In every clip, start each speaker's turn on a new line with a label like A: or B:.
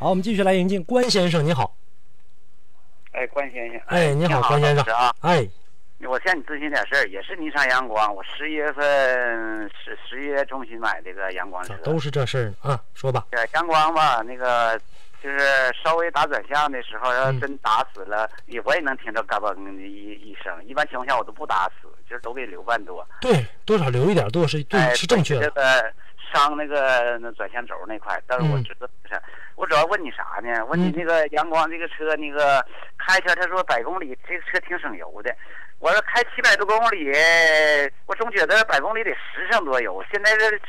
A: 好，我们继续来迎进关先生，你好。
B: 哎，关先生，
A: 哎，你好，关先生
B: 老师啊，
A: 哎，
B: 我向你咨询点事儿，也是尼桑阳光，我十一月份十十一月中旬买这个阳光车
A: 咋，都是这事儿呢啊？说吧，
B: 这阳光吧，那个就是稍微打转向的时候，要
A: 嗯
B: 真打死了，也我也能听着嘎嘣的一一声，一般情况下我都不打死，就是都给留半多，
A: 对，多少留一点，多是
B: 哎
A: 对，是正确的。
B: 这个伤那个那转向轴那块，但是我
A: 嗯
B: 知道不是。我主要问你啥呢？问你
A: 嗯
B: 那个阳光这个车，那个开车，他说百公里这个车挺省油的。我说开七百多公里，我总觉得百公里得十上多油。现在这是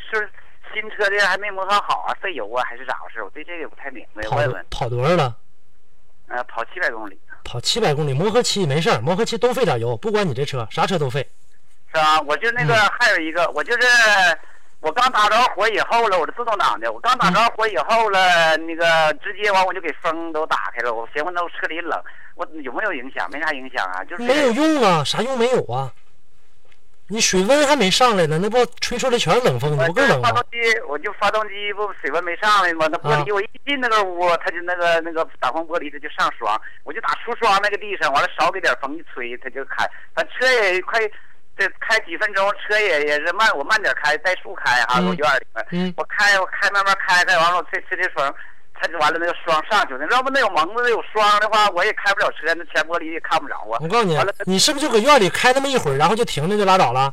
B: 新车的还没模仿好啊，费油啊还是咋回事？我对这个也不太明白。
A: 跑
B: 问问，
A: 跑多少了？
B: 呃，跑七百公里
A: 跑七百公里，磨合期没事儿，磨合期都费点油，不管你这车啥车都费。
B: 是吧？我就那个、
A: 嗯
B: 还有一个，我就是我刚打着火以后了，我是自动挡的。我刚打着火以后了，
A: 嗯
B: 那个直接完我就给风都打开了。我嫌我那车里冷，我有没有影响？没啥影响啊，就是
A: 没有用啊，啥用没有啊？你水温还没上来呢，那不吹出来全是冷风，你
B: 我
A: 不
B: 这
A: 更冷
B: 发
A: 吗
B: 动？机，我就发动机不水温没上来吗？那玻璃、
A: 啊
B: 我一进那个屋，它就那个那个挡风玻璃它就上霜，我就打出霜那个地上，完了少给点风一吹，它就开。咱车也快，这开几分钟，车也也是慢，我慢点开，怠速开哈，
A: 嗯
B: 我院里面，
A: 嗯
B: 我开我开慢慢开开，完了我吹吹吹风。它就完了，那个霜上去了。要不那有蒙子有霜的话，我也开不了车，那前玻璃也看不着啊
A: 我。告诉你
B: 完了，
A: 你是不是就搁院里开那么一会儿，然后就停着就拉倒了？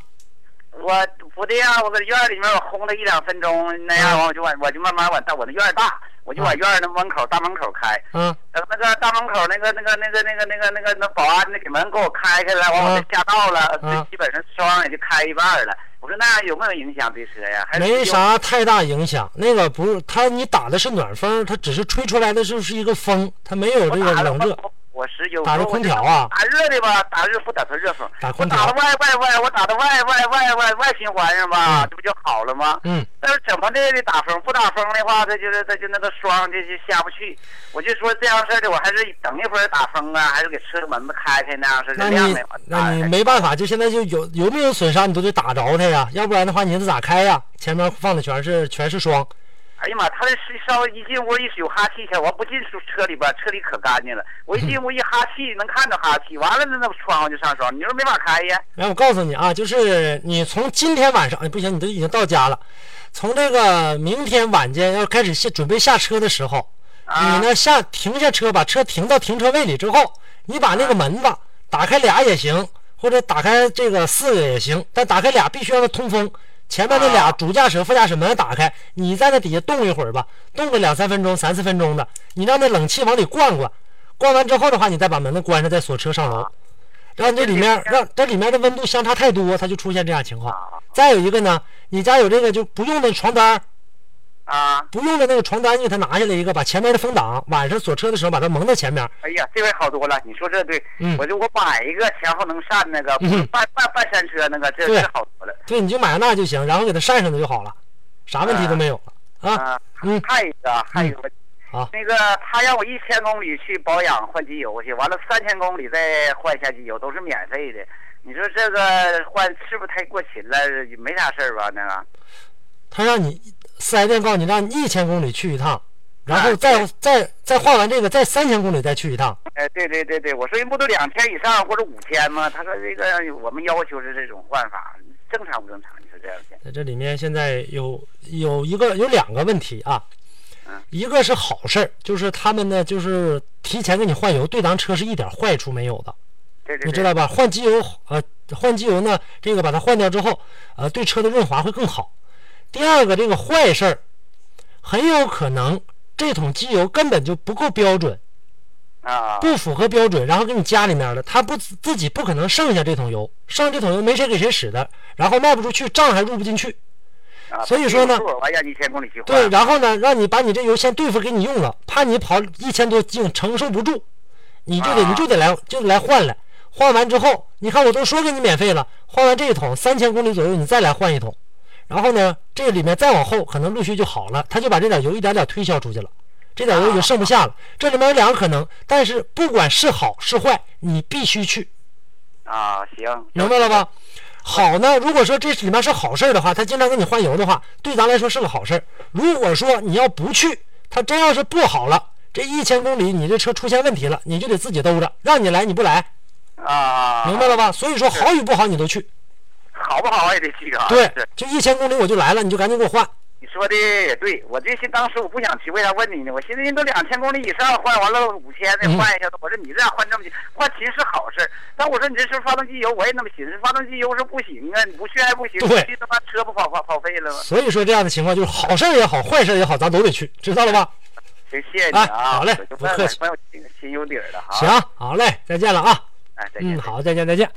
B: 我不这样，我搁院儿里面我轰了一两分钟那样，
A: 嗯
B: 我就往我就慢慢往大我那院儿大，我就往院儿那门口大门口开。
A: 啊，
B: 等那个大门口那个那个那个那个那个那个那保安那给门给我开开了，完我
A: 嗯
B: 这下道了，
A: 嗯
B: 这基本上双也就开一半了。我说那样有没有影响对车呀？还是
A: 没啥太大影响。那个不是它，你打的是暖风，它只是吹出来的就是一个风，它没有
B: 我
A: 这个
B: 打了
A: 冷热。
B: 我我十九
A: 打着空调啊
B: 打热的吧，打热不打成热风，
A: 打空
B: 我
A: 调
B: 打到外外外，我打到外外外外外循环上吧
A: 嗯，
B: 这不就好了吗？
A: 嗯，
B: 但是怎么的也得打风，不打风的话，它就是它就那个霜就就下不去。我就说这样事儿的，我还是等一会儿打风啊，还是给车门子开开那样式儿
A: 那
B: 的晾
A: 你
B: 的。
A: 那你没办法，就现在就有有没有损伤你都得打着它呀，要不然的话你这咋开呀？前面放的全是全是霜，
B: 哎呀妈，他这是稍微一进屋一有哈气去，我不进出车里边，车里可干净了。我
A: 嗯
B: 一进屋一哈气，能看着哈气，完了那那窗户就上霜，你说没法开呀？
A: 来，我告诉你啊，就是你从今天晚上，哎，不行，你都已经到家了。从这个明天晚间要开始下准备下车的时候，
B: 啊
A: 你呢下停下车，把车停到停车位里之后，你把
B: 啊
A: 那个门吧打开俩也行，或者打开这个四个也行，但打开俩必须让它通风。前面那俩
B: 啊
A: 主驾驶、副驾驶门打开，你在那底下冻一会儿吧，冻个两三分钟、三四分钟的，你让那冷气往里灌灌，灌完之后的话，你再把门子关上，再锁车上
B: 啊
A: 楼。让这里面让这里面的温度相差太多，它就出现这样情况。
B: 啊
A: 再有一个呢，你家有这个就不用的床单儿，
B: 啊！
A: 不用的那个床单，你给它拿下来一个，把前面的风挡，晚上锁车的时候把它蒙在前面。
B: 哎呀，这回好多了，你说这对，
A: 嗯
B: 我就我买一个前后能扇那个，不是
A: 嗯
B: 半半半山车那个，这
A: 对
B: 这好多了。
A: 对，你就买那就行，然后给它晒上它就好了，啥问题都没有了啊。
B: 啊，
A: 嗯
B: 还有一个啊，还有一个问题，
A: 好
B: 那个他让我一千公里去保养换机油去，完了三千公里再换一下机油，都是免费的。你说这个换是不是太过勤了？没啥事儿吧？那个
A: 他让你四 S 店告诉你让你一千公里去一趟，然后
B: 啊
A: 再
B: 对
A: 再再换完这个再三千公里再去一趟。
B: 哎，对对对对，我说人不都两千以上或者五千吗？他说这个我们要求是这种换法，正常不正常？你说这样的，
A: 在这里面现在有有一个有两个问题啊
B: 嗯，
A: 一个是好事儿，就是他们呢就是提前给你换油，对咱车是一点坏处没有的，
B: 对对对，
A: 你知道吧？换机油呃换机油呢，这个把它换掉之后，呃对车的润滑会更好。第二个这个坏事儿，很有可能这桶机油根本就不够标准，
B: 啊？
A: 不符合标准，然后给你加里面了，他不自自己不可能剩下这桶油，剩这桶油没谁给谁使的，然后卖不出去，账还入不进去。
B: 啊
A: 所以说呢
B: 我完让一千公里去换，
A: 对，然后呢，让你把你这油先对付给你用了，怕你跑一千多斤承受不住，你就得
B: 啊
A: 你就得来就得来换来，换完之后，你看我都说给你免费了，换完这一桶三千公里左右，你再来换一桶，然后呢，这里面再往后可能陆续就好了，他就把这点油一点点推销出去了。这点油已经剩不下了，这里面有两个可能，但是不管是好是坏，你必须去，
B: 啊，行，
A: 明白了吧？好呢，如果说这里面是好事儿的话，他经常给你换油的话，对咱来说是个好事儿。如果说你要不去，它真要是不好了，这一千公里你这车出现问题了，你就得自己兜着，让你来你不来，
B: 啊，
A: 明白了吧？所以说好与不好你都去，
B: 好不好我也得去啊。
A: 对
B: 是，
A: 就一千公里我就来了，你就赶紧给我换。
B: 你说的也对，我这心当时我不想提，为啥问你呢？我寻思人都两千公里以上换完了五千再
A: 嗯
B: 换一下子，我说你这样换这么久，换琴是好事儿，但我说你这是发动机油，我也那么寻思，发动机油是不行啊，你不炫还不行，
A: 对
B: 去他妈车不跑跑跑废了吗？
A: 所以说这样的情况就是好事儿也好，坏事儿也好，咱都得去，知道了吧？
B: 行，谢谢你啊，
A: 哎好嘞
B: 我就
A: 不
B: 问
A: 客
B: 问
A: 气
B: 朋友心心有底儿了哈。
A: 行，好嘞，再见了啊。
B: 哎，再见。
A: 嗯，好，再见，再见。